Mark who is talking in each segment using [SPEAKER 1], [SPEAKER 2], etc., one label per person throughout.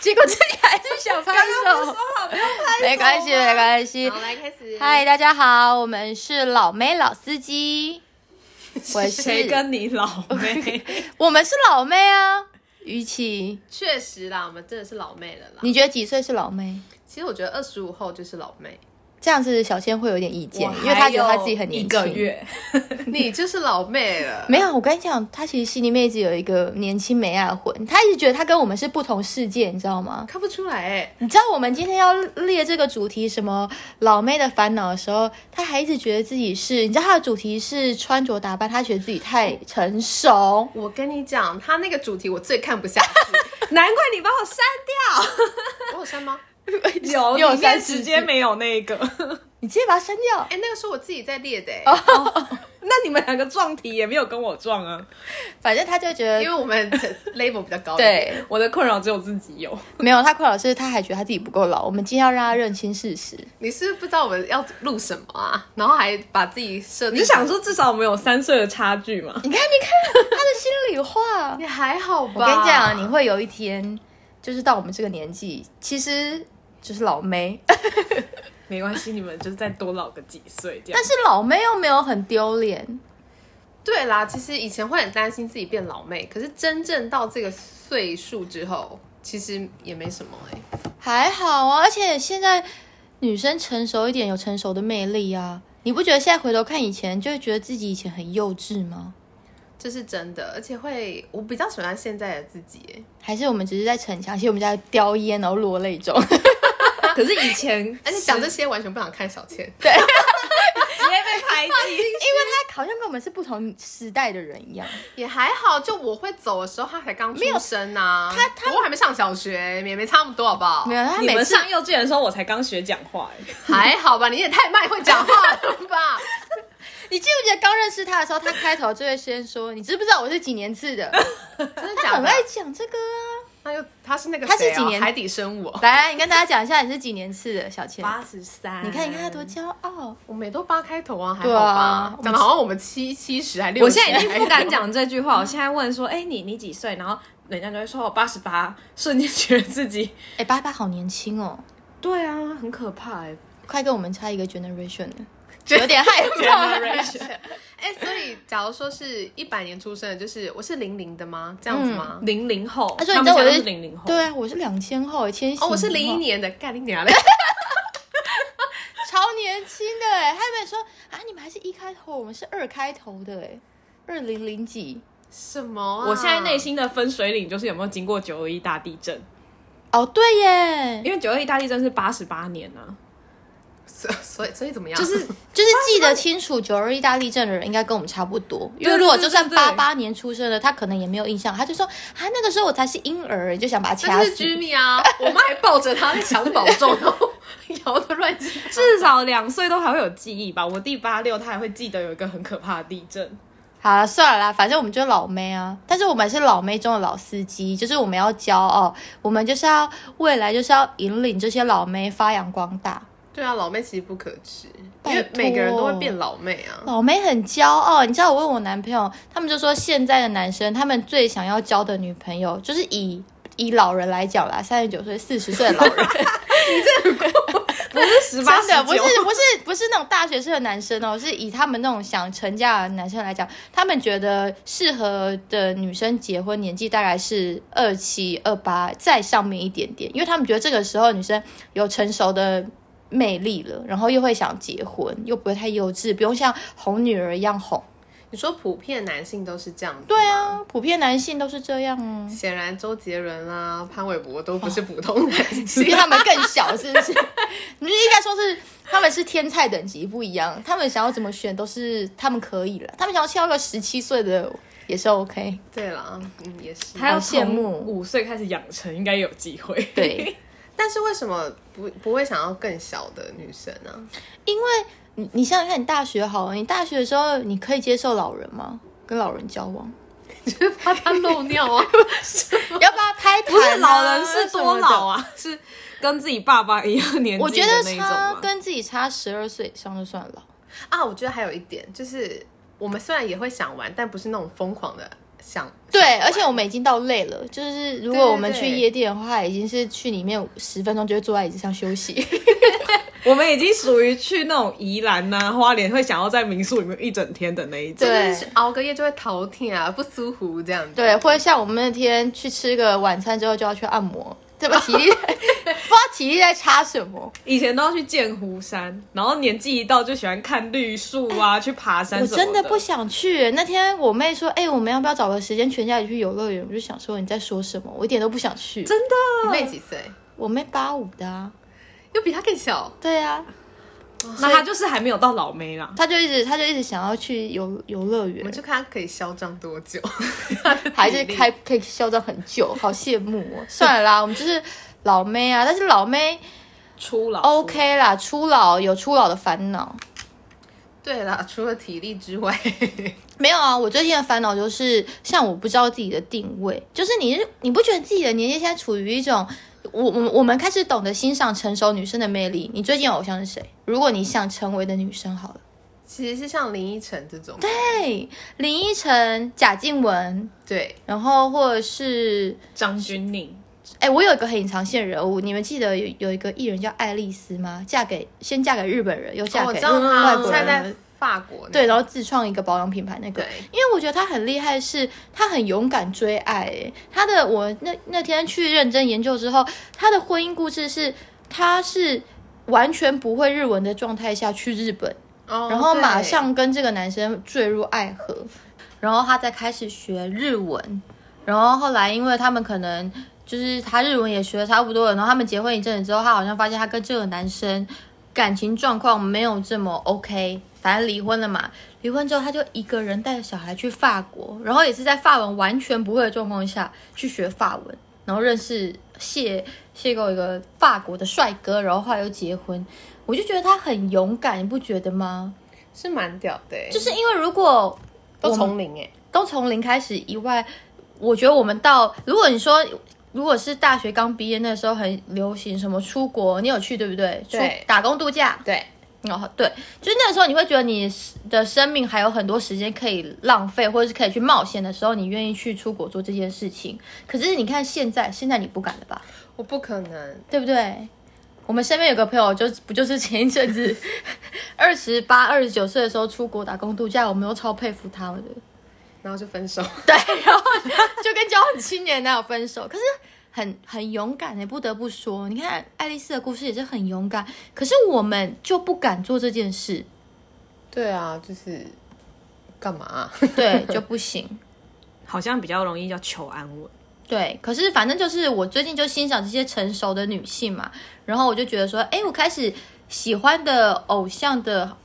[SPEAKER 1] 结果自己还是想拍手。没关系，没关系
[SPEAKER 2] 好，。来开始。
[SPEAKER 1] 嗨，大家好，我们是老妹老司 机，我是
[SPEAKER 3] 谁跟你老妹？
[SPEAKER 1] 我们是老妹啊。于琪，
[SPEAKER 2] 确实啦，我们真的是老妹了啦。
[SPEAKER 1] 你觉得几岁是老妹？
[SPEAKER 2] 其实我觉得二十五后就是老妹，
[SPEAKER 1] 这样子小仙会有点意见
[SPEAKER 3] 我，
[SPEAKER 1] 因为她
[SPEAKER 3] 还
[SPEAKER 1] 觉得她
[SPEAKER 3] 有
[SPEAKER 1] 自己很年
[SPEAKER 3] 一
[SPEAKER 1] 轻。
[SPEAKER 3] 个月，
[SPEAKER 2] 你就是老妹了。
[SPEAKER 1] 没有，我跟你讲，她其实心里面一直有一个年轻美爱的魂，她一直觉得她跟我们是不同世界，你知道吗？
[SPEAKER 2] 看不出来哎、
[SPEAKER 1] 你知道我们今天要列这个主题什么老妹的烦恼的时候，她还一直觉得自己是，你知道她的主题是穿着打扮，她觉得自己太成熟。
[SPEAKER 2] 我跟你讲，他那个主题我最看不下去。
[SPEAKER 3] 难怪你把我删
[SPEAKER 2] 我有删吗？
[SPEAKER 3] 掉。有，
[SPEAKER 1] 你有
[SPEAKER 3] 里面
[SPEAKER 1] 删
[SPEAKER 3] 直
[SPEAKER 1] 十
[SPEAKER 3] 接
[SPEAKER 1] 字
[SPEAKER 3] 没有那个。
[SPEAKER 1] 你直接把它删掉
[SPEAKER 2] 哎、。那个是我自己在列的、欸，
[SPEAKER 3] 那你们两个撞题也没有跟我撞啊。
[SPEAKER 1] 反正她就觉
[SPEAKER 2] 因为
[SPEAKER 1] 得，
[SPEAKER 2] 我们 level 比较高。，
[SPEAKER 1] 对，
[SPEAKER 3] 我的困扰只有自己 有。
[SPEAKER 1] 没有她困扰是，她还觉得她自己不够老。我们今天要让她认清事实。
[SPEAKER 2] 你是不是不知道我们要录什么啊？然后还把自己设定。
[SPEAKER 3] 你就想，说，至少我们有三岁的差距嘛？
[SPEAKER 1] 你看，你看她的心里话。
[SPEAKER 2] 你还好吧？
[SPEAKER 1] 我跟你讲，你会有一天，就是到我们这个年纪，其实就是老妹，
[SPEAKER 3] 没关系，你们就再多老个几岁这样。
[SPEAKER 1] 但是老妹又没有很丢脸。
[SPEAKER 2] 对啦，其实以前会很担心自己变老妹，可是真正到这个岁数之后，其实也没什么哎、
[SPEAKER 1] 还好啊，而且现在女生成熟一点，有成熟的魅力啊。你不觉得现在回头看以前，就会觉得自己以前很幼稚吗？
[SPEAKER 2] 这是真的，而且会，我比较喜欢现在的自己哎、
[SPEAKER 1] 还是我们只是在逞强，其实我们在叼烟，然后落泪 中。
[SPEAKER 3] 可是以 前直
[SPEAKER 2] 而且讲这些完全不想看小倩，
[SPEAKER 3] 接被排挤，
[SPEAKER 1] 他好像跟我们是不同时代的人一样。
[SPEAKER 2] 也还好。就我会走的时候，她才刚出生呐、啊，
[SPEAKER 1] 她她
[SPEAKER 2] 不过还没上小学，也没差那么多好不好？
[SPEAKER 1] 没有，他
[SPEAKER 3] 哦你
[SPEAKER 1] 每
[SPEAKER 3] 们
[SPEAKER 1] 次
[SPEAKER 3] 上幼稚园的时候，我才刚学讲话、欸。
[SPEAKER 2] 还好吧？你也太慢会讲话了吧？
[SPEAKER 1] 你记不记得刚认识他的时候，他开头就会先说：“你知不知道我是几年次 的？”
[SPEAKER 2] 真的
[SPEAKER 1] 他
[SPEAKER 2] 假
[SPEAKER 1] 很
[SPEAKER 2] 的？
[SPEAKER 1] 爱讲这个啊。
[SPEAKER 2] 她又她是那个
[SPEAKER 1] 她是
[SPEAKER 2] 谁啊
[SPEAKER 1] 几年
[SPEAKER 2] 海底生物、哦？
[SPEAKER 1] 来，你跟大家讲一下你是几年次的小倩。
[SPEAKER 3] 十三
[SPEAKER 1] 你看，你看他多骄傲。
[SPEAKER 2] 我们也都八开头啊，还好
[SPEAKER 1] 对啊
[SPEAKER 2] 吧？讲的好像我们七七十还六
[SPEAKER 3] 我
[SPEAKER 2] 十
[SPEAKER 3] 现在
[SPEAKER 2] 还
[SPEAKER 3] 已
[SPEAKER 2] 有，
[SPEAKER 3] 经不敢讲这句话，我现在问说，哎、你你几岁？然后人家就会说哦我八十八，瞬间觉得自己，
[SPEAKER 1] 哎，爸爸好年轻哦，
[SPEAKER 3] 对啊，很可怕
[SPEAKER 1] 欸
[SPEAKER 3] 哎、
[SPEAKER 1] 快跟我们差一个 generation 了，有点害 怕。
[SPEAKER 2] 哎、所以假如说是一百年出生的，就是我是零零的吗？这样子吗？
[SPEAKER 3] 零零后，
[SPEAKER 1] 他说：“啊你知道我
[SPEAKER 3] 是
[SPEAKER 1] 是
[SPEAKER 3] 零零后，
[SPEAKER 1] 对啊，我是两千后，千禧
[SPEAKER 2] 哦，我是
[SPEAKER 1] 年
[SPEAKER 2] 零一
[SPEAKER 1] 后，
[SPEAKER 2] 年的，干你娘嘞！
[SPEAKER 1] 超年轻的哎。”他们说：“啊，你们还是一开头，我们是二开头的哎，二零零几。
[SPEAKER 2] 什么啊、
[SPEAKER 3] 我现在内心的分水岭就是有没有经过九二一大地震，”
[SPEAKER 1] 哦，对耶，
[SPEAKER 3] 因为九二一大地震是八十八年啊，
[SPEAKER 2] 所所以所以怎么样？
[SPEAKER 3] 就是
[SPEAKER 1] 就是记得清楚九二一大地震的人，应该跟我们差不多。因为
[SPEAKER 3] 对
[SPEAKER 1] 如果
[SPEAKER 3] 对
[SPEAKER 1] 就算
[SPEAKER 3] 对
[SPEAKER 1] 八
[SPEAKER 3] 对
[SPEAKER 1] 八年出生的，他可能也没有印象，他就说：“啊，那个时候我才是婴儿，就想把他掐
[SPEAKER 2] 那就
[SPEAKER 1] 死
[SPEAKER 2] 是。Jimmy 啊，我妈还抱着他在想保重，然 后摇的乱七八糟。
[SPEAKER 3] 至少两岁都还会有记忆吧。我弟八六，他还会记得有一个很可怕的地震。”
[SPEAKER 1] 好了，算了啦，反正我们就是老妹啊。但是我们是老妹中的老司机，就是我们要骄傲，我们就是要未来就是要引领这些老妹发扬光大。
[SPEAKER 2] 对啊，老妹其实不可知，
[SPEAKER 1] 拜托
[SPEAKER 2] 因为每个人都会变老妹啊。
[SPEAKER 1] 老妹很骄傲，你知道我问我男朋友，他们就说现在的男生他们最想要交的女朋友，就是以以老人来讲啦，三十九岁、四十岁的老人，
[SPEAKER 3] 不是十八
[SPEAKER 1] 真的不
[SPEAKER 3] 十
[SPEAKER 1] 是
[SPEAKER 3] 九，
[SPEAKER 1] 不是不是那种大学生的男生哦，是以他们那种想成家的男生来讲，他们觉得适合的女生结婚年纪大概是二七、二八再上面一点点，因为他们觉得这个时候女生有成熟的。魅力了，然后又会想结婚，又不会太幼稚，不用像哄女儿一样哄。
[SPEAKER 2] 你说普遍男性都是这样子，
[SPEAKER 1] 对，啊，普遍男性都是这样啊，
[SPEAKER 2] 显然周杰伦啊、潘玮柏都不是普通男 性。
[SPEAKER 3] 啊
[SPEAKER 1] 比他们更小，是不是？ 你就应该说是他们是天菜等级不一样，他们想要怎么选都是他们可以了，他们想要挑个十七岁的也是 OK。
[SPEAKER 2] 对啦，嗯，也是。
[SPEAKER 3] 他要
[SPEAKER 1] 好羡慕
[SPEAKER 3] 从五岁开始养成，应该有机会。
[SPEAKER 1] 对，
[SPEAKER 2] 但是为什么不不会想要更小的女生呢、
[SPEAKER 1] 你你想想看，你大学好了，你大学的时候你可以接受老人吗？跟老人交往，
[SPEAKER 2] 就是怕他漏尿啊。
[SPEAKER 1] 要不要拍
[SPEAKER 3] 不是
[SPEAKER 1] 痰
[SPEAKER 3] 老
[SPEAKER 1] 啊
[SPEAKER 3] 人是多老
[SPEAKER 1] 什么的？
[SPEAKER 3] 啊？是跟自己爸爸一样年纪
[SPEAKER 1] 我觉
[SPEAKER 3] 的
[SPEAKER 1] 得
[SPEAKER 3] 那一种啊
[SPEAKER 1] 差
[SPEAKER 3] 吗？
[SPEAKER 1] 跟自己差十二岁以上就算老。
[SPEAKER 2] 啊，我觉得还有一点就是，我们虽然也会想玩，但不是那种疯狂的想
[SPEAKER 1] 对，
[SPEAKER 2] 想
[SPEAKER 1] 而且我们已经到累了，就是如
[SPEAKER 2] 对
[SPEAKER 1] 果
[SPEAKER 2] 对
[SPEAKER 1] 我们去
[SPEAKER 2] 对
[SPEAKER 1] 夜店的话，已经是去里面十分钟就会坐在椅子上休息。
[SPEAKER 3] 我们已经属于去那种宜兰呐、花莲会想要在民宿里面一整天的那一种。
[SPEAKER 1] 对
[SPEAKER 2] 真的是熬个夜就会头痛啊，不舒服这样子。
[SPEAKER 1] 对，或者像我们那天去吃个晚餐之后就要去按摩，对吧？体力 不知道体力在差什么。
[SPEAKER 3] 以前都要去剑湖山，然后年纪一到就喜欢看绿树啊，去爬山
[SPEAKER 1] 我
[SPEAKER 3] 什么
[SPEAKER 1] 真
[SPEAKER 3] 的
[SPEAKER 1] 的不想去。那天我妹说：“哎、我们要不要找个时间全家一起去游乐园？”我就想说你在说什么，我一点都不想去。
[SPEAKER 3] 真的。
[SPEAKER 2] 你妹几岁？
[SPEAKER 1] 我妹八五的啊，
[SPEAKER 2] 又比她更小，
[SPEAKER 1] 对啊，
[SPEAKER 3] 那他就是还没有到老妹啦。
[SPEAKER 1] 她就一直她就一直想要去游游乐
[SPEAKER 2] 我
[SPEAKER 1] 园
[SPEAKER 2] 们，就看她可以嚣张多久。
[SPEAKER 1] 还是开可以嚣张很久，好羡慕哦。算了啦，我们就是老妹啊，但是老妹
[SPEAKER 3] 初老
[SPEAKER 1] 哦 OK 啦，初老有初老的烦恼。
[SPEAKER 2] 对啦，除了体力之外，
[SPEAKER 1] 没有啊，我最近的烦恼就是，像我不知道自己的定位，就是你是你不觉得自己的年纪现在处于一种，我我们我们开始懂得欣赏成熟女生的魅力。你最近的偶像是谁？如果你想成为的女生好了，
[SPEAKER 2] 其实是像林依晨这种，
[SPEAKER 1] 对，林依晨、贾静雯，
[SPEAKER 2] 对，
[SPEAKER 1] 然后或者是，
[SPEAKER 3] 张钧甯，
[SPEAKER 1] 哎，我有一个很隐藏线人物，你们记得有有一个艺人叫爱丽丝吗？嫁给先嫁给日本人，又嫁
[SPEAKER 2] 哦我
[SPEAKER 1] 给
[SPEAKER 2] 知道她
[SPEAKER 1] 外
[SPEAKER 2] 现
[SPEAKER 1] 国
[SPEAKER 2] 在
[SPEAKER 1] 人，
[SPEAKER 2] 在法国那个，
[SPEAKER 1] 对，然后自创一个保养品牌那个
[SPEAKER 2] 对。，
[SPEAKER 1] 因为我觉得他很厉害是，他很勇敢追爱、欸。他的我那那天去认真研究之后，他的婚姻故事是，他是完全不会日文的状态下去日本，
[SPEAKER 2] 哦
[SPEAKER 1] 然后
[SPEAKER 2] 对
[SPEAKER 1] 马上跟这个男生坠入爱河，然后他再开始学日文，然后后来因为他们可能就是他日文也学的差不多了，然后他们结婚一阵子之后，他好像发现他跟这个男生感情状况没有这么 OK，反正离婚了嘛。离婚之后，他就一个人带着小孩去法国，然后也是在法文完全不会的状况下去学法文，然后认识谢谢狗一个法国的帅哥，然后后来又结婚。我就觉得他很勇敢，你不觉得吗？
[SPEAKER 2] 是蛮屌的欸，
[SPEAKER 1] 就是因为如果
[SPEAKER 2] 都从零哎，
[SPEAKER 1] 都从零开始以外，我觉得我们到如果你说如果是大学刚毕业那时候很流行什么出国，你有去对不对？
[SPEAKER 2] 对
[SPEAKER 1] 出打工度假。
[SPEAKER 2] 对，
[SPEAKER 1] 然后对，就是那个时候你会觉得你的生命还有很多时间可以浪费，或者是可以去冒险的时候，你愿意去出国做这件事情。可是你看现在，现在你不敢了吧？
[SPEAKER 2] 我不可能，
[SPEAKER 1] 对不对？我们身边有个朋友就，不就是前一阵子 二十八、二十九岁的时候出国打工度假，我们都超佩服他们的。
[SPEAKER 2] 然后就分手。
[SPEAKER 1] 对，然后就跟交往七年的男友分手，可是很很勇敢欸的、不得不说，你看爱丽丝的故事也是很勇敢，可是我们就不敢做这件事，
[SPEAKER 2] 对啊，就是干嘛 啊？
[SPEAKER 1] 对，就不行。
[SPEAKER 3] 好像比较容易叫求安稳。
[SPEAKER 1] 对，可是反正就是我最近就欣赏这些成熟的女性嘛，然后我就觉得说，哎，我开始喜欢的偶像的，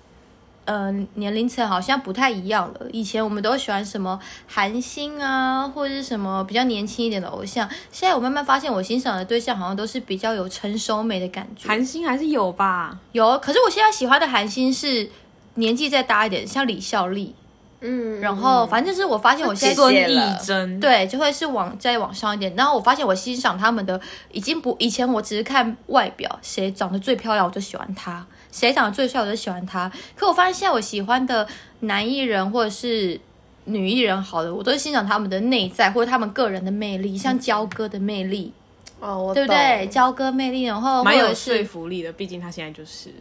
[SPEAKER 1] 呃，年龄层好像不太一样了。以前我们都喜欢什么韩星啊，或者是什么比较年轻一点的偶像，现在我慢慢发现，我欣赏的对象好像都是比较有成熟美的感觉。
[SPEAKER 3] 韩星还是有吧，
[SPEAKER 1] 有，哦可是我现在喜欢的韩星是年纪再大一点，像李孝利，
[SPEAKER 2] 嗯，
[SPEAKER 1] 然后反正就是我发现我现在
[SPEAKER 2] 谢
[SPEAKER 3] 孙
[SPEAKER 2] 谢
[SPEAKER 3] 艺
[SPEAKER 2] 了
[SPEAKER 3] 珍，
[SPEAKER 1] 对，就会是往再往上一点。然后我发现我欣赏他们的已经不以前我只是看外表，谁长得最漂亮我就喜欢他，谁长得最帅我就喜欢他。可我发现现在我喜欢的男艺人或者是女艺人，好了，我都是欣赏他们的内在或者他们个人的魅力，
[SPEAKER 3] 嗯
[SPEAKER 1] 像焦哥的魅力，
[SPEAKER 2] 哦，我
[SPEAKER 1] 对不对？
[SPEAKER 2] 懂
[SPEAKER 1] 焦哥魅力，然后或
[SPEAKER 3] 蛮有
[SPEAKER 1] 者
[SPEAKER 3] 说
[SPEAKER 1] 是
[SPEAKER 3] 服力的。毕竟他现在就是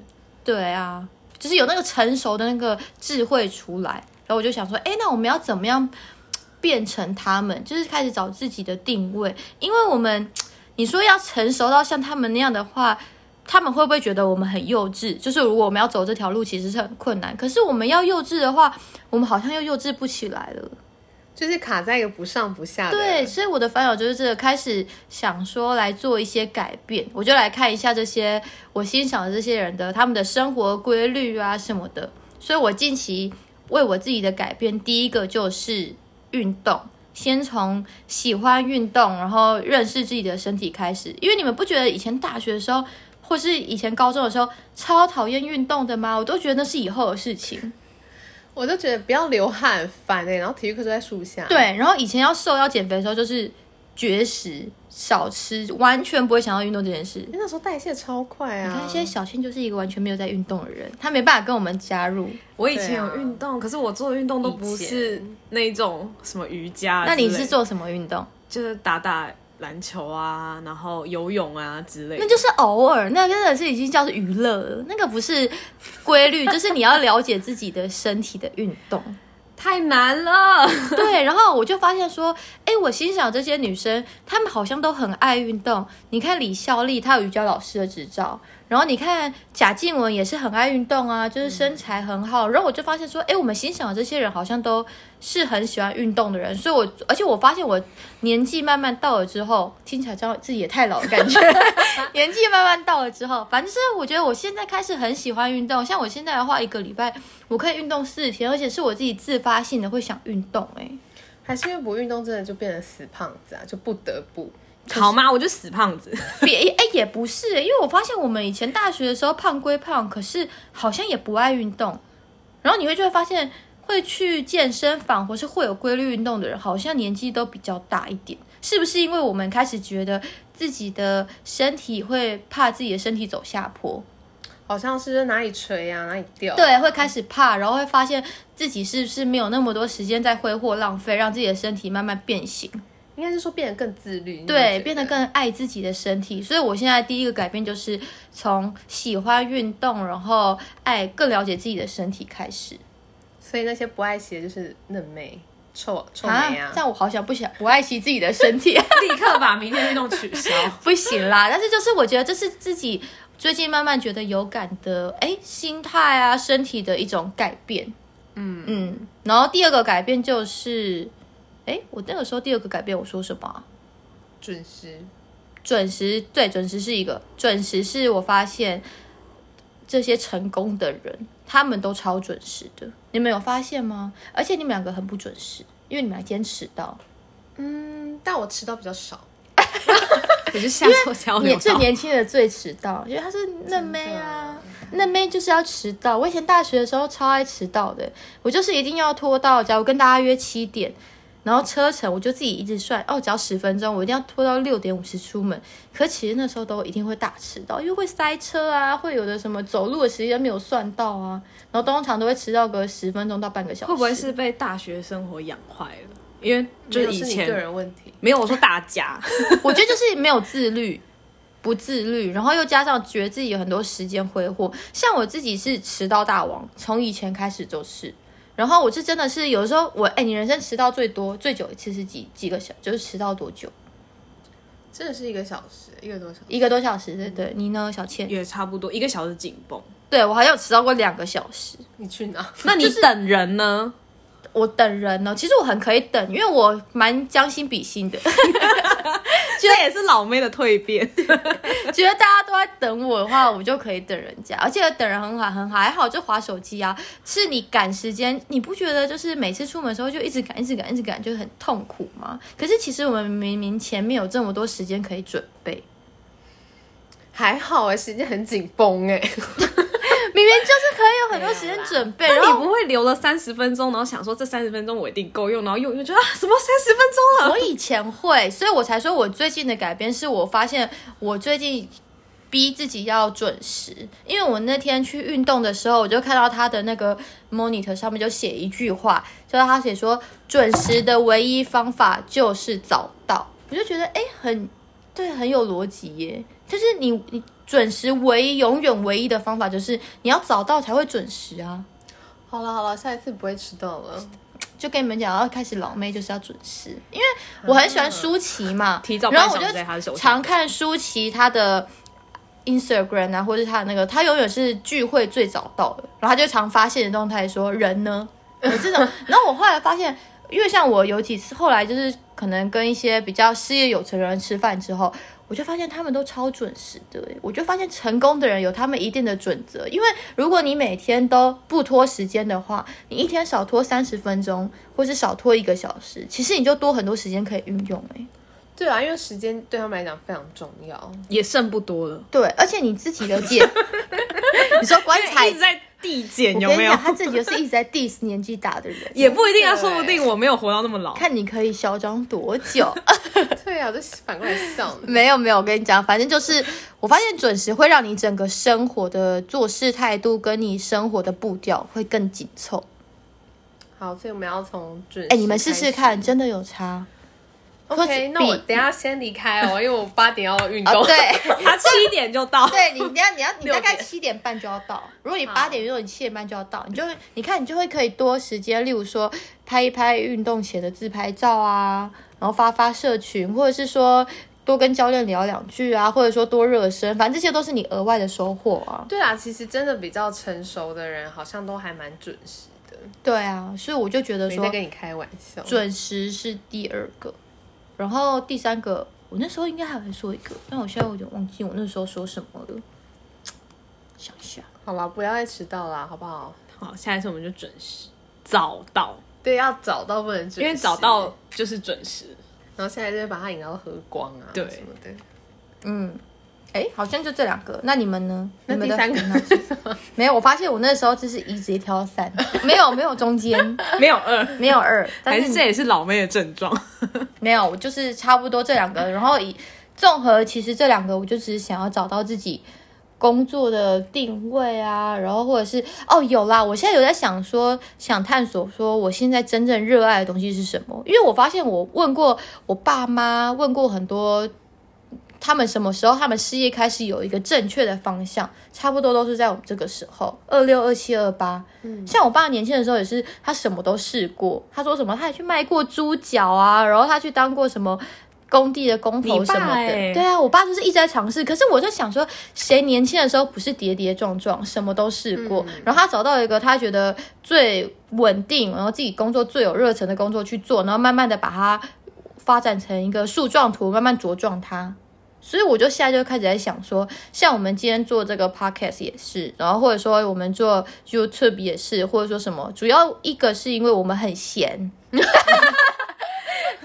[SPEAKER 1] 对啊，就是有那个成熟的那个智慧出来。然后我就想说，哎，那我们要怎么样变成他们？就是开始找自己的定位，因为我们你说要成熟到像他们那样的话。他们会不会觉得我们很幼稚？就是如果我们要走这条路，其实是很困难。可是我们要幼稚的话，我们好像又幼稚不起来了。
[SPEAKER 2] 就是卡在一个不上不下的。
[SPEAKER 1] 对，所以我的烦恼就是这个，开始想说来做一些改变，我就来看一下这些我欣赏的这些人的他们的生活规律啊什么的。所以我近期为我自己的改变，第一个就是运动。先从喜欢运动，然后认识自己的身体开始。因为你们不觉得以前大学的时候，或是以前高中的时候，超讨厌运动的吗？我都觉得那是以后的事情。
[SPEAKER 2] 我欸都觉得不要流汗，很烦哎、然后体育课就在树下。，
[SPEAKER 1] 对，然后以前要瘦要减肥的时候，就是绝食、少吃，完全不会想要运动这件事。
[SPEAKER 2] 那时候代谢超快
[SPEAKER 1] 你
[SPEAKER 2] 啊！
[SPEAKER 1] 看，现在小倩就是一个完全没有在运动的人，她没办法跟我们加入。
[SPEAKER 3] 我以前有运动，可是我做的运动都不
[SPEAKER 2] 以
[SPEAKER 3] 是那种什么瑜啊伽之
[SPEAKER 1] 那
[SPEAKER 3] 类的。
[SPEAKER 1] 你是做什么运动？
[SPEAKER 3] 就是打打篮球啊，然后游泳啊之类的。
[SPEAKER 1] 那就是偶尔，那真的是已经叫做娱乐了，那个不是规律，就是你要了解自己的身体的运动。
[SPEAKER 3] 太难了。
[SPEAKER 1] 对，然后我就发现说，哎，我欣赏这些女生，她们好像都很爱运动。你看李孝利，她有瑜伽老师的执照，然后你看贾静雯也是很爱运动啊，就是身材很好。然后我就发现说，哎，我们欣赏的这些人好像都是很喜欢运动的人，所以我而且我发现我年纪慢慢到了之后，听起来这样自己也太老的感觉。年纪慢慢到了之后，反正是我觉得我现在开始很喜欢运动，像我现在的话，一个礼拜我可以运动四天，而且是我自己自发性的会想运动、哎。
[SPEAKER 2] 还是因为不运动，真的就变成死胖子啊，就不得不。
[SPEAKER 3] 好吗？我就死胖子，
[SPEAKER 1] 别哎、也不是、因为我发现我们以前大学的时候胖归胖，可是好像也不爱运动。然后你会就会发现，会去健身房或是会有规律运动的人，好像年纪都比较大一点。是不是因为我们开始觉得自己的身体会怕自己的身体走下坡？
[SPEAKER 2] 好像是哪里垂啊，哪里掉。，
[SPEAKER 1] 对，会开始怕，然后会发现自己是不是没有那么多时间在挥霍浪费，让自己的身体慢慢变形。
[SPEAKER 2] 应该是说变得更自律。你有没有觉
[SPEAKER 1] 对，变得更爱自己的身体。所以我现在第一个改变就是从喜欢运动，然后爱更了解自己的身体开始。
[SPEAKER 2] 所以那些不爱鞋就是嫩妹、臭臭妹啊
[SPEAKER 1] 这。样我好想不想不爱惜自己的身体，
[SPEAKER 3] 立刻把明天运动取消。
[SPEAKER 1] 不行啦。但是就是我觉得这是自己最近慢慢觉得有感的，哎，心态啊，身体的一种改变。嗯嗯。然后第二个改变就是，哎，我那个时候第二个改变我说什么啊、
[SPEAKER 2] 准时，
[SPEAKER 1] 准时，对，准时是一个，准时是我发现这些成功的人，他们都超准时的，你们有发现吗？而且你们两个很不准时，因为你们俩今天迟到，
[SPEAKER 2] 嗯，但我迟到比较少。
[SPEAKER 3] 我就下错交
[SPEAKER 1] 你
[SPEAKER 3] 流
[SPEAKER 1] 最
[SPEAKER 3] 道。
[SPEAKER 1] 年轻的最迟到，因为她是嫩妹啊，嫩妹就是要迟到。我以前大学的时候超爱迟到的，我就是一定要拖到，假如跟大家约七点，然后车程我就自己一直算，哦，只要十分钟，我一定要拖到六点五十出门。可其实那时候都一定会大迟到，因为会塞车啊，会有的什么走路的时间没有算到啊，然后通常都会迟到个十分钟到半个小时。
[SPEAKER 3] 会不会是被大学生活养坏了？因为就是以
[SPEAKER 2] 没有是你个
[SPEAKER 3] 前
[SPEAKER 2] 人问题。
[SPEAKER 3] 没有，我说大家
[SPEAKER 1] 我觉得就是没有自律，不自律，然后又加上觉得自己有很多时间挥霍。像我自己是迟到大王，从以前开始就是。然后我是真的是有时候我哎、你人生迟到最多最久一次是几几个小，就是迟到多久？
[SPEAKER 2] 真的是一个小时，一个多小时。
[SPEAKER 1] 一个多小时，对对。你呢，小倩？
[SPEAKER 3] 也差不多一个小时紧 绷。
[SPEAKER 1] 对我好像有迟到过两个小时。
[SPEAKER 2] 你去哪？
[SPEAKER 3] 那你等人呢？
[SPEAKER 1] 我等人呢，其实我很可以等，因为我蛮将心比心的。
[SPEAKER 3] 这也是老妹的蜕变。
[SPEAKER 1] 觉得大家都在等我的话，我就可以等人家，而且等人很好很好，还好就划手机啊。是你赶时间，你不觉得就是每次出门的时候就一直赶、一直赶、一直赶，就很痛苦吗？可是其实我们明明前面有这么多时间可以准备，
[SPEAKER 2] 还好哎、时间很紧绷哎。
[SPEAKER 1] 明明就是可以有很多时间准备，
[SPEAKER 3] 那
[SPEAKER 1] 然
[SPEAKER 3] 你
[SPEAKER 1] 后
[SPEAKER 3] 不会留了三十分钟，然后想说这三十分钟我一定够用，然后用一用就啊什么三十分钟了？
[SPEAKER 1] 我以前会，所以我才说我最近的改变是我发现我最近逼自己要准时，因为我那天去运动的时候，我就看到他的那个 monitor 上面就写一句话，就是他写说准时的唯一方法就是早到，我就觉得哎、诶很对，很有逻辑耶，就是你你准时唯一永远唯一的方法就是你要早到才会准时啊。
[SPEAKER 2] 好了好了，下一次不会迟到了。
[SPEAKER 1] 就跟你们讲，要开始老妹就是要准时，因为我很喜欢舒淇嘛，
[SPEAKER 3] 提早半
[SPEAKER 1] 然后我
[SPEAKER 3] 小时在她的手
[SPEAKER 1] 就
[SPEAKER 3] 上
[SPEAKER 1] 常看舒淇她的 Instagram 啊，或者她的那个，她永远是聚会最早到的，然后她就常发现的动态说人 呢，有这种，然后我后来发现。因为像我有几次，后来就是可能跟一些比较事业有成的人吃饭之后，我就发现他们都超准时的欸。我就发现成功的人有他们一定的准则，因为如果你每天都不拖时间的话，你一天少拖三十分钟，或是少拖一个小时，其实你就多很多时间可以运用哎、
[SPEAKER 2] 对啊，因为时间对他们来讲非常重 要。
[SPEAKER 3] 也剩不多了，
[SPEAKER 1] 对，而且你自己的解，你说棺
[SPEAKER 3] 一
[SPEAKER 1] 材
[SPEAKER 3] 直在递减
[SPEAKER 1] 我
[SPEAKER 3] 有
[SPEAKER 1] 跟
[SPEAKER 3] 没
[SPEAKER 1] 你
[SPEAKER 3] 有
[SPEAKER 1] 讲，？他自己就是一直在 diss 年纪大的人，
[SPEAKER 3] 也不一定啊，
[SPEAKER 2] 对
[SPEAKER 3] 说不定我没有活到那么老。
[SPEAKER 1] 看你可以嚣张多久。
[SPEAKER 2] 对啊，我就反过来笑你。
[SPEAKER 1] 没有没有，我跟你讲，反正就是我发现准时会让你整个生活的做事态度跟你生活的步调会更紧凑。
[SPEAKER 2] 好，所以我们要从准时
[SPEAKER 1] 哎、你们试试
[SPEAKER 2] 开
[SPEAKER 1] 看，
[SPEAKER 2] 始。
[SPEAKER 1] 真的有差。
[SPEAKER 2] OK，那我等一下先离开 哦，因为我八点要运
[SPEAKER 1] 啊、
[SPEAKER 2] 动。
[SPEAKER 1] 对
[SPEAKER 3] 他七点就到，
[SPEAKER 1] 对，你你要 你要你大概
[SPEAKER 2] 六点
[SPEAKER 1] 七点半就要到。如果你
[SPEAKER 2] 好
[SPEAKER 1] 八点，如果你七点半就要到，你就会你看你就会可以多时间，例如说拍一拍运动鞋的自拍照啊，然后发发社群，或者是说多跟教练聊两句啊，或者说多热身，反正这些都是你额外的收获啊。
[SPEAKER 2] 对啊，其实真的比较成熟的人，好像都还蛮准时的。
[SPEAKER 1] 对啊，所以我就觉得
[SPEAKER 2] 没
[SPEAKER 1] 说
[SPEAKER 2] 在跟你开玩笑。
[SPEAKER 1] 准时是第二个，然后第三个，我那时候应该还会说一个，但我现在有点忘记我那时候说什么了。想一下，
[SPEAKER 2] 好了，不要再迟到啦，好不好？
[SPEAKER 3] 好，下一次我们就准时早到，
[SPEAKER 2] 对，要早到不能准时，
[SPEAKER 3] 因为早到就是准时。
[SPEAKER 2] 然后现在就会把他饮料喝光啊，
[SPEAKER 3] 对
[SPEAKER 2] 什么的。
[SPEAKER 1] 嗯，哎，好像就这两个，那你们呢？
[SPEAKER 2] 那
[SPEAKER 1] 你们
[SPEAKER 2] 第
[SPEAKER 1] 的
[SPEAKER 2] 三个
[SPEAKER 1] 烦恼是什 么没有，我发现我那时候就是一直接挑三，没有没有中间，
[SPEAKER 3] 没有二，
[SPEAKER 1] 没有二，但
[SPEAKER 3] 还
[SPEAKER 1] 是
[SPEAKER 3] 是这也是老妹的症状。
[SPEAKER 1] 没有，我就是差不多这两个，然后以综合其实这两个，我就只是想要找到自己工作的定位啊，然后或者是哦有啦，我现在有在想说，想探索说我现在真正热爱的东西是什么，因为我发现我问过我爸妈，问过很多。他们什么时候他们事业开始有一个正确的方向，差不多都是在我们这个时候，二六、二七、二八。
[SPEAKER 3] 嗯
[SPEAKER 1] 像我爸年轻的时候也是，他什么都试过。他说什么，他也去卖过猪脚啊，然后他去当过什么工地的工头
[SPEAKER 3] 你
[SPEAKER 1] 什
[SPEAKER 3] 爸
[SPEAKER 1] 么的。
[SPEAKER 3] 欸
[SPEAKER 1] 对啊，我爸就是一直在尝试。可是我就想说，谁年轻的时候不是跌跌撞撞，什么都试过？
[SPEAKER 3] 嗯
[SPEAKER 1] 然后他找到一个他觉得最稳定，然后自己工作最有热忱的工作去做，然后慢慢的把它发展成一个树状图，慢慢茁壮它。所以我就现在就开始在想说，像我们今天做这个 podcast 也是，然后或者说我们做 YouTube 也是，或者说什么，主要一个是因为我们很闲，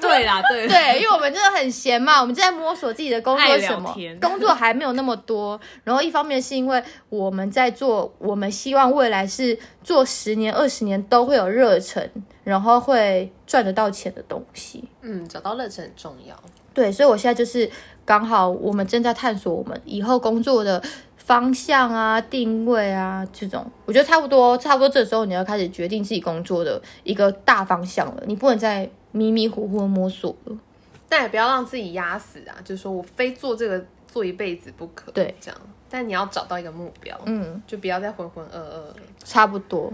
[SPEAKER 3] 对啦，对啦
[SPEAKER 1] 对，因为我们真的很闲嘛，我们正在摸索自己的工作
[SPEAKER 3] 爱
[SPEAKER 1] 是
[SPEAKER 3] 聊
[SPEAKER 1] 什么
[SPEAKER 3] 天，
[SPEAKER 1] 工作还没有那么多。然后一方面是因为我们在做，我们希望未来是做十年、二十年都会有热忱，然后会赚得到钱的东西。
[SPEAKER 2] 嗯，找到热忱很重要。
[SPEAKER 1] 对，所以我现在就是刚好我们正在探索我们以后工作的方向啊、定位啊这种，我觉得差不多，差不多这时候你要开始决定自己工作的一个大方向了，你不能再迷迷糊糊的摸索了。
[SPEAKER 2] 但也不要让自己压死啊，就是说我非做这个做一辈子不可。
[SPEAKER 1] 对，
[SPEAKER 2] 这样。但你要找到一个目标，
[SPEAKER 1] 嗯，
[SPEAKER 2] 就不要再浑浑噩噩。
[SPEAKER 1] 差不多。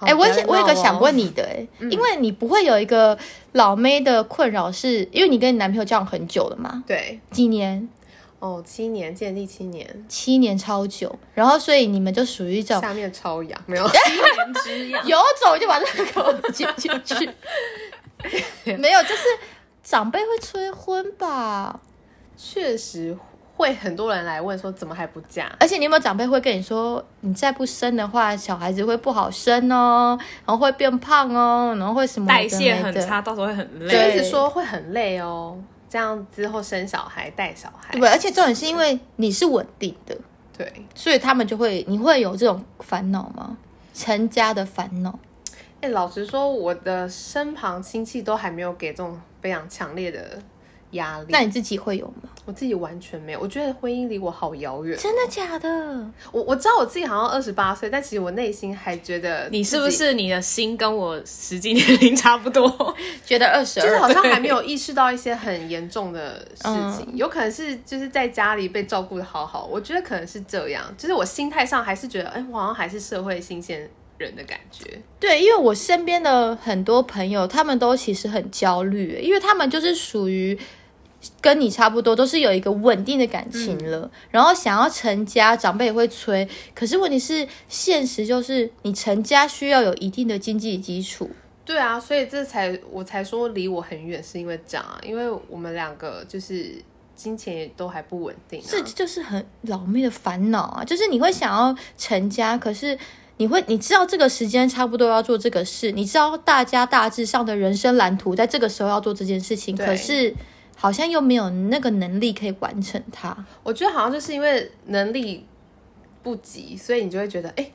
[SPEAKER 2] 哎
[SPEAKER 1] 哎、我也想我有个想问
[SPEAKER 2] 你，
[SPEAKER 1] 你的、哎、因为你不会有一个老妹的困扰是，因为你跟你男朋友交往很久了嘛，
[SPEAKER 2] 对，
[SPEAKER 1] 几年？
[SPEAKER 2] 哦，七年见第七年，
[SPEAKER 1] 七年超久，然后所以你们就属于一种
[SPEAKER 2] 下面超痒， 没有？
[SPEAKER 3] 言之养
[SPEAKER 1] 有种就把这个给我挤进去。没有，就是长辈会催婚吧？
[SPEAKER 2] 确实会很多人来问说怎么还不嫁？
[SPEAKER 1] 而且你有没有长辈会跟你说，你再不生的话，小孩子会不好生哦，然后会变胖哦，然后会什么的
[SPEAKER 3] 代谢
[SPEAKER 1] 没
[SPEAKER 3] 很
[SPEAKER 1] 的
[SPEAKER 3] 差，到时候会很
[SPEAKER 2] 就
[SPEAKER 1] 对
[SPEAKER 3] 累。
[SPEAKER 2] 一直说会很累哦，这样之后生小孩带小孩
[SPEAKER 1] 对，不对？而且重点是因为你是稳定的，
[SPEAKER 2] 对。
[SPEAKER 1] 所以他们就会，你会有这种烦恼吗？成家的烦恼，
[SPEAKER 2] 哎、老实说，我的身旁亲戚都还没有给这种非常强烈的压力，
[SPEAKER 1] 那你自己会有吗？
[SPEAKER 2] 我自己完全没有。我觉得婚姻离我好遥远。
[SPEAKER 1] 真的假的？
[SPEAKER 2] 我我知道我自己好像二十八岁，但其实我内心还觉得
[SPEAKER 3] 你是
[SPEAKER 2] 自
[SPEAKER 3] 不
[SPEAKER 2] 己
[SPEAKER 3] 是你的心跟我实际年龄差不多？
[SPEAKER 1] 觉得二十
[SPEAKER 2] 就是好
[SPEAKER 1] 二，
[SPEAKER 2] 像还没有意识到一些很严重的事
[SPEAKER 3] 嗯
[SPEAKER 2] 情，有可能是就是在家里被照顾的好好，我觉得可能是这样，就是我心态上还是觉得，哎、我好像还是社会新鲜人的感觉，
[SPEAKER 1] 对，因为我身边的很多朋友，他们都其实很焦虑，因为他们就是属于跟你差不多，都是有一个稳定的感情了，然后想要成家，长辈也会催。可是问题是，现实就是你成家需要有一定的经济基础，
[SPEAKER 2] 对啊，所以这才我才说离我很远，是因为这样啊，因为我们两个就是金钱也都还不稳定、啊，
[SPEAKER 1] 这就是很老妹的烦恼啊！就是你会想要成家，可是你会你知道这个时间差不多要做这个事，你知道大家大致上的人生蓝图在这个时候要做这件事情，
[SPEAKER 2] 对
[SPEAKER 1] 可是好像又没有那个能力可以完成它。
[SPEAKER 2] 我觉得好像就是因为能力不及，所以你就会觉得，哎、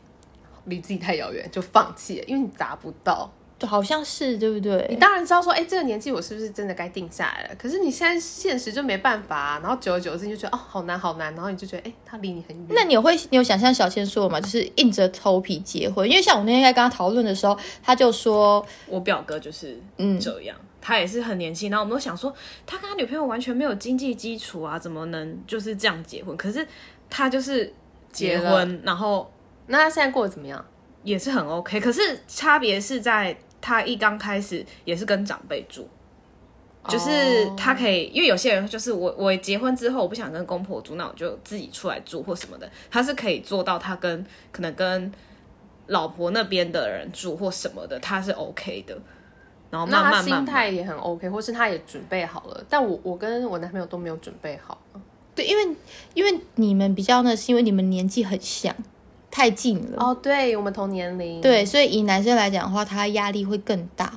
[SPEAKER 2] 离自己太遥远，就放弃了，因为你达不到。
[SPEAKER 1] 好像是对不对？
[SPEAKER 2] 你当然知道说，哎、这个年纪我是不是真的该定下来了？可是你现在现实就没办法、啊，然后久而久之你就觉得哦，好难好难，然后你就觉得，哎，他离你很远。
[SPEAKER 1] 那你有会，你有想像小千说的吗？就是硬着头皮结婚，因为像我那天在跟他讨论的时候，他就说，
[SPEAKER 3] 我表哥就是这样，嗯他也是很年轻，然后我们都想说，他跟他女朋友完全没有经济基础啊，怎么能就是这样结婚？可是他就是
[SPEAKER 2] 结
[SPEAKER 3] 结
[SPEAKER 2] 了
[SPEAKER 3] 婚，然后
[SPEAKER 2] 那他现在过得怎么样？
[SPEAKER 3] 也是很 OK，可是差别是在他一刚开始也是跟长辈住。
[SPEAKER 2] 哦
[SPEAKER 3] 就是他可以因为有些人就是我，我结婚之后我不想跟公婆住，那我就自己出来住或什么的。他是可以做到，他跟可能跟老婆那边的人住或什么的，他是 OK 的。然后慢
[SPEAKER 2] 那
[SPEAKER 3] 慢
[SPEAKER 2] 他
[SPEAKER 3] 慢慢
[SPEAKER 2] 心态也很 OK，或是他也准备好了，但我我跟我男朋友都没有准备好。
[SPEAKER 1] 对，因为因为你们比较呢，是因为你们年纪很像，太近了。
[SPEAKER 3] 嗯
[SPEAKER 2] 哦，对我们同年龄，
[SPEAKER 1] 对，所以以男生来讲的话，他压力会更大。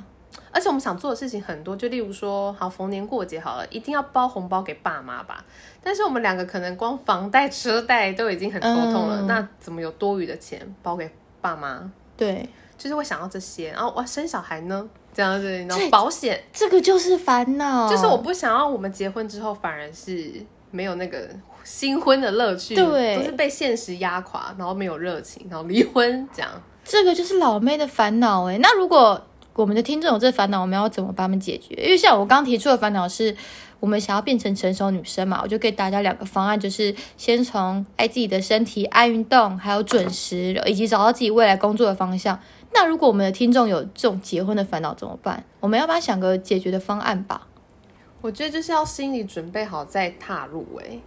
[SPEAKER 2] 而且我们想做的事情很多，就例如说，好逢年过节好了，一定要包红包给爸妈吧。但是我们两个可能光房贷、车贷都已经很头痛了，
[SPEAKER 1] 嗯
[SPEAKER 2] 那怎么有多余的钱包给爸妈？
[SPEAKER 1] 对，
[SPEAKER 2] 就是会想到这些，然后哇，生小孩呢，这样子，然后
[SPEAKER 1] 对
[SPEAKER 2] 保险，
[SPEAKER 1] 这个就是烦恼，
[SPEAKER 2] 就是我不想要我们结婚之后反而是没有那个新婚的乐趣，
[SPEAKER 1] 对
[SPEAKER 2] 都是被现实压垮，然后没有热情，然后离婚这样。
[SPEAKER 1] 这个就是老妹的烦恼哎。那如果我们的听众有这烦恼，我们要怎么帮他们解决？因为像我刚提出的烦恼是，我们想要变成成熟女生嘛，我就给大家两个方案，就是先从爱自己的身体、爱运动，还有准时，以及找到自己未来工作的方向。那如果我们的听众有这种结婚的烦恼怎么办？我们要不要想个解决的方案吧？
[SPEAKER 2] 我觉得就是要心理准备好再踏入哎、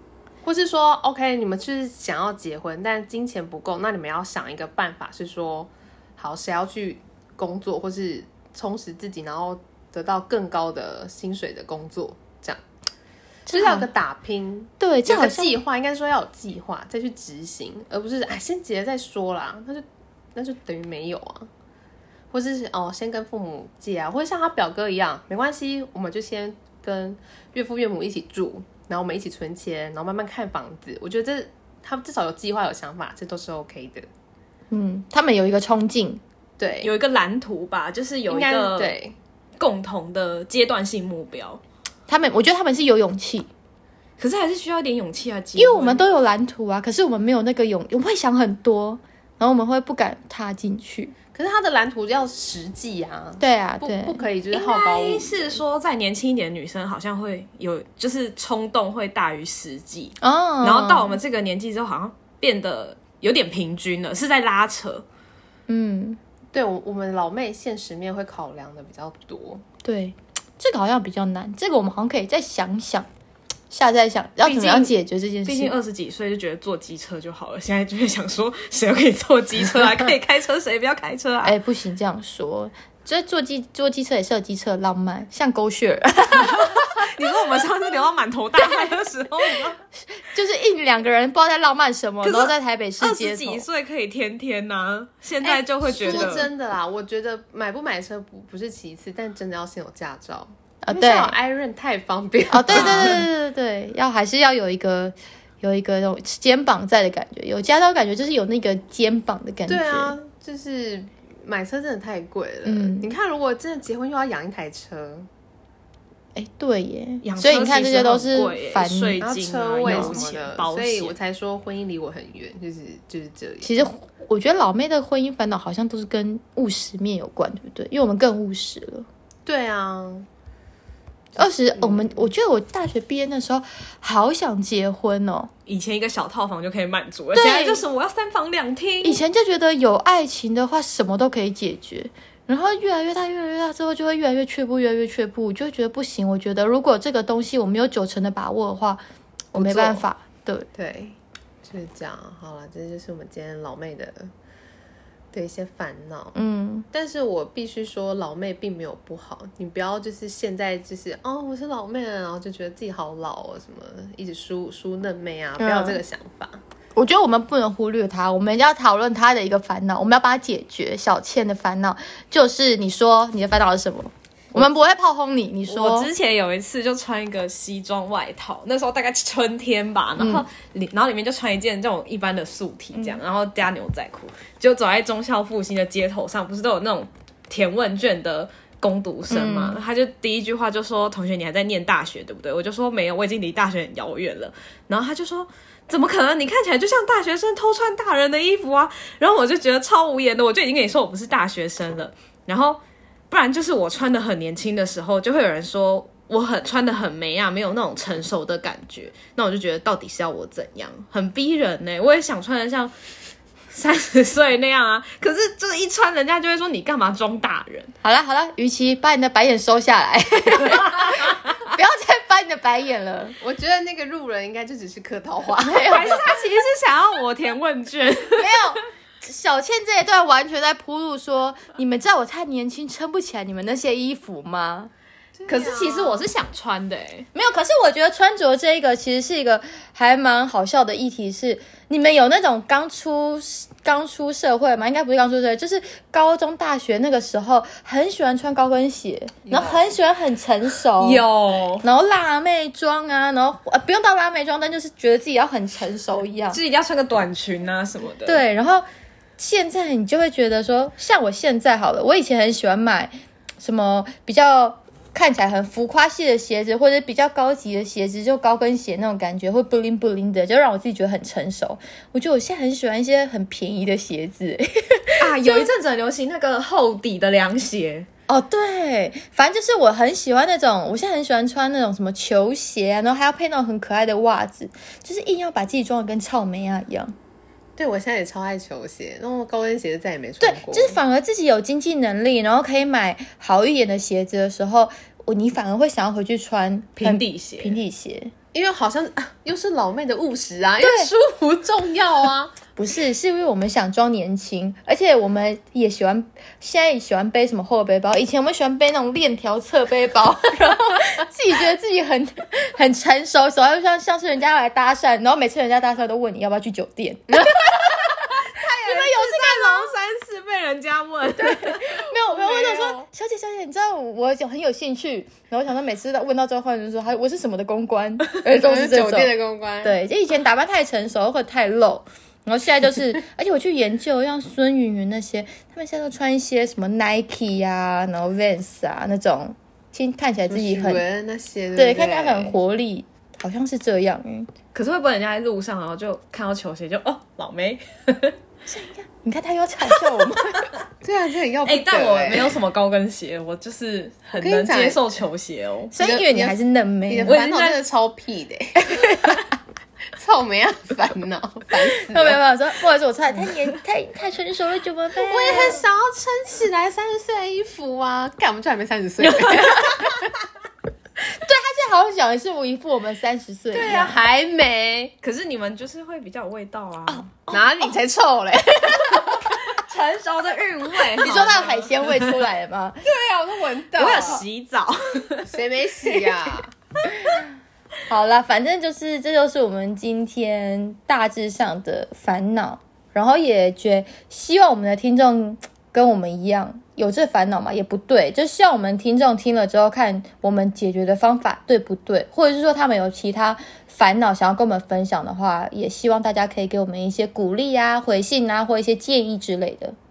[SPEAKER 2] 或是说 OK，你们就是想要结婚，但金钱不够，那你们要想一个办法是说，好谁要去工作，或是充实自己，然后得到更高的薪水的工作，这样就是要有个打拼，
[SPEAKER 1] 对，这
[SPEAKER 2] 有
[SPEAKER 1] 好
[SPEAKER 2] 个
[SPEAKER 1] 像
[SPEAKER 2] 计划，应该说要有计划再去执行，而不是哎先结了再说啦，那就那就等于没有啊。或是哦，先跟父母借啊，或者像他表哥一样，没关系，我们就先跟岳父岳母一起住，然后我们一起存钱，然后慢慢看房子。我觉得这他们至少有计划、有想法，这都是 OK 的。
[SPEAKER 1] 嗯，他们有一个冲劲，
[SPEAKER 2] 对，
[SPEAKER 3] 有一个蓝图吧，就是有
[SPEAKER 2] 应
[SPEAKER 3] 一
[SPEAKER 2] 该
[SPEAKER 3] 个
[SPEAKER 2] 对，
[SPEAKER 3] 共同的阶段性目标，
[SPEAKER 1] 他们我觉得他们是有勇气，
[SPEAKER 3] 可是还是需要一点勇气啊，
[SPEAKER 1] 因为我们都有蓝图啊，可是我们没有那个勇，我们会想很多，然后我们会不敢踏进去。
[SPEAKER 2] 可是他的蓝图要实际啊，
[SPEAKER 1] 对啊，
[SPEAKER 2] 不
[SPEAKER 1] 对，
[SPEAKER 2] 不可以就是
[SPEAKER 3] 应
[SPEAKER 2] 好高骛
[SPEAKER 3] 该
[SPEAKER 2] 远。
[SPEAKER 3] 是说，再年轻一点的女生好像会有，就是冲动会大于实际，
[SPEAKER 1] 哦，
[SPEAKER 3] 然后到我们这个年纪之后，好像变得有点平均了，是在拉扯。
[SPEAKER 1] 嗯，
[SPEAKER 2] 对我我们老妹现实面会考量的比较多。
[SPEAKER 1] 对，这个好像比较难，这个我们好像可以再想想，下再想，要怎么样
[SPEAKER 3] 毕
[SPEAKER 1] 解决这件
[SPEAKER 3] 毕竟
[SPEAKER 1] 事。
[SPEAKER 3] 二十几岁就觉得坐机车就好了，现在就会想说，谁可以坐机车啊？可以开车，谁不要开车啊？
[SPEAKER 1] 哎，不行，这样说。这坐机坐机车也是有机车的浪漫，像狗血，
[SPEAKER 3] 你说我们上次聊到满头大汗的时候，你知道
[SPEAKER 1] 就是一两个人不知道在浪漫什么，
[SPEAKER 3] 可是
[SPEAKER 1] 然后在台北市
[SPEAKER 3] 二
[SPEAKER 1] 街
[SPEAKER 3] 十
[SPEAKER 1] 头
[SPEAKER 3] 几。岁可以天天呐、现在就会觉得、
[SPEAKER 2] 说真的啦，我觉得买不买车不不是其次，但真的要先有驾照。
[SPEAKER 1] 啊，
[SPEAKER 2] 因为
[SPEAKER 1] 对
[SPEAKER 2] 现在，有 i r o n 太方 便 了
[SPEAKER 1] 哦，对对对对对对，要还是要有一个有一个那种肩膀在的感觉，有加到感觉就是有那个肩膀的感觉。
[SPEAKER 2] 对啊，就是买车真的太贵了。
[SPEAKER 1] 嗯
[SPEAKER 2] 你看，如果真的结婚又要养一台车，
[SPEAKER 1] 哎，对耶
[SPEAKER 3] 养，车
[SPEAKER 1] 所以你看这
[SPEAKER 3] 其实
[SPEAKER 1] 些都
[SPEAKER 3] 很
[SPEAKER 1] 是
[SPEAKER 3] 贵耶
[SPEAKER 1] 烦
[SPEAKER 3] 税
[SPEAKER 2] 然后
[SPEAKER 3] 北京啊
[SPEAKER 2] 车位什
[SPEAKER 3] 油
[SPEAKER 2] 么
[SPEAKER 3] 钱
[SPEAKER 2] 的，
[SPEAKER 3] 保
[SPEAKER 2] 所以
[SPEAKER 3] 险
[SPEAKER 2] 我才说婚姻离我很远，就是就是这样。
[SPEAKER 1] 其实我觉得老妹的婚姻烦恼好像都是跟务实面有关，对不对？因为我们更务实了。
[SPEAKER 2] 对啊，
[SPEAKER 1] 二
[SPEAKER 3] 嗯
[SPEAKER 1] 十，我们我觉得我大学毕业那时候好想结婚哦，
[SPEAKER 3] 以前一个小套房就可以满足了，
[SPEAKER 1] 对
[SPEAKER 3] 现在就是我要三房两厅
[SPEAKER 1] 以。前就觉得有爱情的话什么都可以解决，然后越来越大，越来越大之后就会越来越却步，越来越却步，就会觉得不行。我觉得如果这个东西我没有九成的把握的话，我没办法。对，
[SPEAKER 2] 对，就是这样。好了，这就是我们今天老妹的的一些烦恼。
[SPEAKER 1] 嗯，
[SPEAKER 2] 但是我必须说，老妹并没有不好，你不要就是现在就是哦，我是老妹了，然后就觉得自己好老哦，什么一直输输嫩妹啊，不
[SPEAKER 1] 嗯
[SPEAKER 2] 要有这个想法。
[SPEAKER 1] 我觉得我们不能忽略他，我们要讨论他的一个烦恼，我们要把它解决。小倩的烦恼就是你说你的烦恼是什么？我们不会炮轰你，你说
[SPEAKER 3] 我之前有一次就穿一个西装外套，那时候大概春天吧，然后里、然后里面就穿一件这种一般的素 T 这样，然后加牛仔裤，就走在忠孝复兴的街头上，不是都有那种填问卷的。攻读生嘛，他就第一句话就说：“同学，你还在念大学对不对？”我就说：“没有，我已经离大学很遥远了。”然后他就说：“怎么可能？你看起来就像大学生偷穿大人的衣服啊！”然后我就觉得超无言的，我就已经跟你说我不是大学生了。然后不然就是我穿的很年轻的时候，就会有人说我很穿的很美啊，没有那种成熟的感觉。那我就觉得到底是要我怎样，很逼人呢、欸我也想穿的像 三十岁那样啊，可是这一穿，人家就会说你干嘛装大人？
[SPEAKER 1] 好了好了，与其把你的白眼收下来， 不要再翻你的白眼了。
[SPEAKER 2] 我觉得那个路人应该就只是客套 话，
[SPEAKER 3] 还是他其实是想要我填问卷？
[SPEAKER 1] 没有。小倩这一段完全在铺路说，你们知道我太年轻，撑不起来你们那些衣服吗？
[SPEAKER 3] 可是其实我是想穿的、欸，
[SPEAKER 1] 没有，可是我觉得穿着这一个其实是一个还蛮好笑的议题是，你们有那种刚出刚出社会嘛？应该不是刚出社会，就是高中、大学那个时候，很喜欢穿高跟鞋，然后很喜欢很成熟，，
[SPEAKER 3] 有，
[SPEAKER 1] 然后辣妹装啊，然后、呃、不用到辣妹装，但就是觉得自己要很成熟一样
[SPEAKER 3] 就。是一定要穿个短裙啊什么的。，
[SPEAKER 1] 对，然后现在你就会觉得说，像我现在好了，我以前很喜欢买什么比较看起来很浮夸系的鞋子，或者比较高级的鞋子，就高跟鞋那种感觉，会 bling bling 的，就让我自己觉得很成熟。我觉得我现在很喜欢一些很便宜的鞋子。
[SPEAKER 3] 啊，有一阵子很流行那个厚底的凉鞋，
[SPEAKER 1] 哦，对，反正就是我很喜欢那种，我现在很喜欢穿那种什么球鞋啊，然后还要配那种很可爱的袜子，就是硬要把自己装的跟草莓啊一样。
[SPEAKER 2] 对我现在也超爱球鞋，那我高跟鞋再也没穿
[SPEAKER 1] 对，
[SPEAKER 2] 过。
[SPEAKER 1] 就是反而自己有经济能力，然后可以买好一点的鞋子的时候，我你反而会想要回去穿
[SPEAKER 3] 平底鞋
[SPEAKER 1] 平底鞋
[SPEAKER 2] 因为好像、啊又是老妹的务实啊，因为舒服重要啊。
[SPEAKER 1] 不是，是因为我们想装年轻，而且我们也喜欢，现在也喜欢背什么厚背包。以前我们喜欢背那种链条侧背包， 然后自己觉得自己很很成熟，手又像像是人家来搭讪，然后每次人家搭讪都问你要不要去酒店，
[SPEAKER 3] 你们有这个龙山寺被人家问，
[SPEAKER 1] 没有，我朋友问他
[SPEAKER 2] 没
[SPEAKER 1] 说
[SPEAKER 2] 有：“
[SPEAKER 1] 小姐，小姐，你知道我有很有兴趣。”然后我想说，每次到问到最后，就说：“还我是什么的公关？” 而都是这
[SPEAKER 2] 酒
[SPEAKER 1] 种。
[SPEAKER 2] 店的公关，，
[SPEAKER 1] 对，就以前打扮太成熟或者太露，然后现在 就是，而且我去研究，像孙芸芸那些，他们现在都穿一些什么 Nike 呀、然后 Vans 啊那种，其实看起来自己很
[SPEAKER 2] 人那些，对
[SPEAKER 1] 对，
[SPEAKER 2] 不对
[SPEAKER 1] 看起来很活力，好像是这样。嗯
[SPEAKER 3] 可是会不会人家在路上，然后就看到球鞋就哦老妹？
[SPEAKER 1] 你看他有嘲笑我 们，
[SPEAKER 2] 对啊，这也要不
[SPEAKER 3] 哎、
[SPEAKER 2] 得、欸。
[SPEAKER 3] 但我没有什么高跟鞋，我就是很
[SPEAKER 2] 跟你
[SPEAKER 3] 能
[SPEAKER 2] 讲
[SPEAKER 3] 接受球鞋哦。
[SPEAKER 1] 孙芸芸你还是嫩
[SPEAKER 2] 你
[SPEAKER 1] 妹啊
[SPEAKER 2] 的
[SPEAKER 1] 吗，
[SPEAKER 2] 烦恼真的超屁的、欸， 草莓啊，烦恼，烦死
[SPEAKER 1] 没有没
[SPEAKER 2] 了。
[SPEAKER 1] 有没有说，不好意思，我穿得太年太太成熟了，怎么办？
[SPEAKER 2] 我也很想要撑起来三十岁的衣服啊！干，我们就还没三十岁。
[SPEAKER 1] 他现在好像讲的是我一副我们三十岁一样。
[SPEAKER 2] 对啊，还没，
[SPEAKER 3] 可是你们就是会比较有味道啊，
[SPEAKER 2] 哪里才臭嘞？
[SPEAKER 3] 成熟的韵 味。
[SPEAKER 1] 你说那个海鲜味出来了吗？
[SPEAKER 2] 对啊，我都闻到
[SPEAKER 3] 我有洗澡，
[SPEAKER 2] 谁没洗啊呀、
[SPEAKER 1] 好啦，反正就是这就是我们今天大致上的烦恼，然后也觉希望我们的听众跟我们一样有这烦恼嘛，也不对，就希望我们听众听了之后看我们解决的方法对不对，或者是说他们有其他烦恼想要跟我们分享的话，也希望大家可以给我们一些鼓励啊、回信啊或一些建议之类的。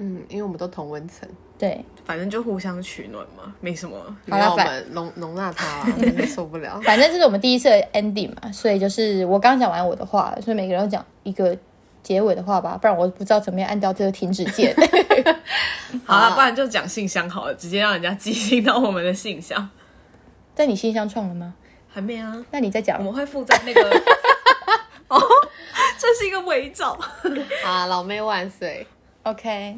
[SPEAKER 2] 嗯，因为我们都同温层，
[SPEAKER 1] 对，
[SPEAKER 3] 反正就互相取暖嘛，没什么。
[SPEAKER 1] 好
[SPEAKER 2] 让
[SPEAKER 1] 啦
[SPEAKER 2] 我
[SPEAKER 1] 反
[SPEAKER 2] 们容容纳他、 啊，我真的受不了。
[SPEAKER 1] 反正这是我们第一次的 ending 嘛，所以就是我刚讲完我的话，所以每个人都讲一个结尾的话吧，不然我不知道怎么样按掉这个停止键。
[SPEAKER 3] 好了，不然就讲信箱好了，直接让人家寄信到我们的信箱。
[SPEAKER 1] 在你信箱创了吗？
[SPEAKER 3] 还没啊，
[SPEAKER 1] 那你再讲
[SPEAKER 3] 我。们会附在那 个。哦，这是一个伪造。
[SPEAKER 2] 啊，老妹万岁！
[SPEAKER 1] OK，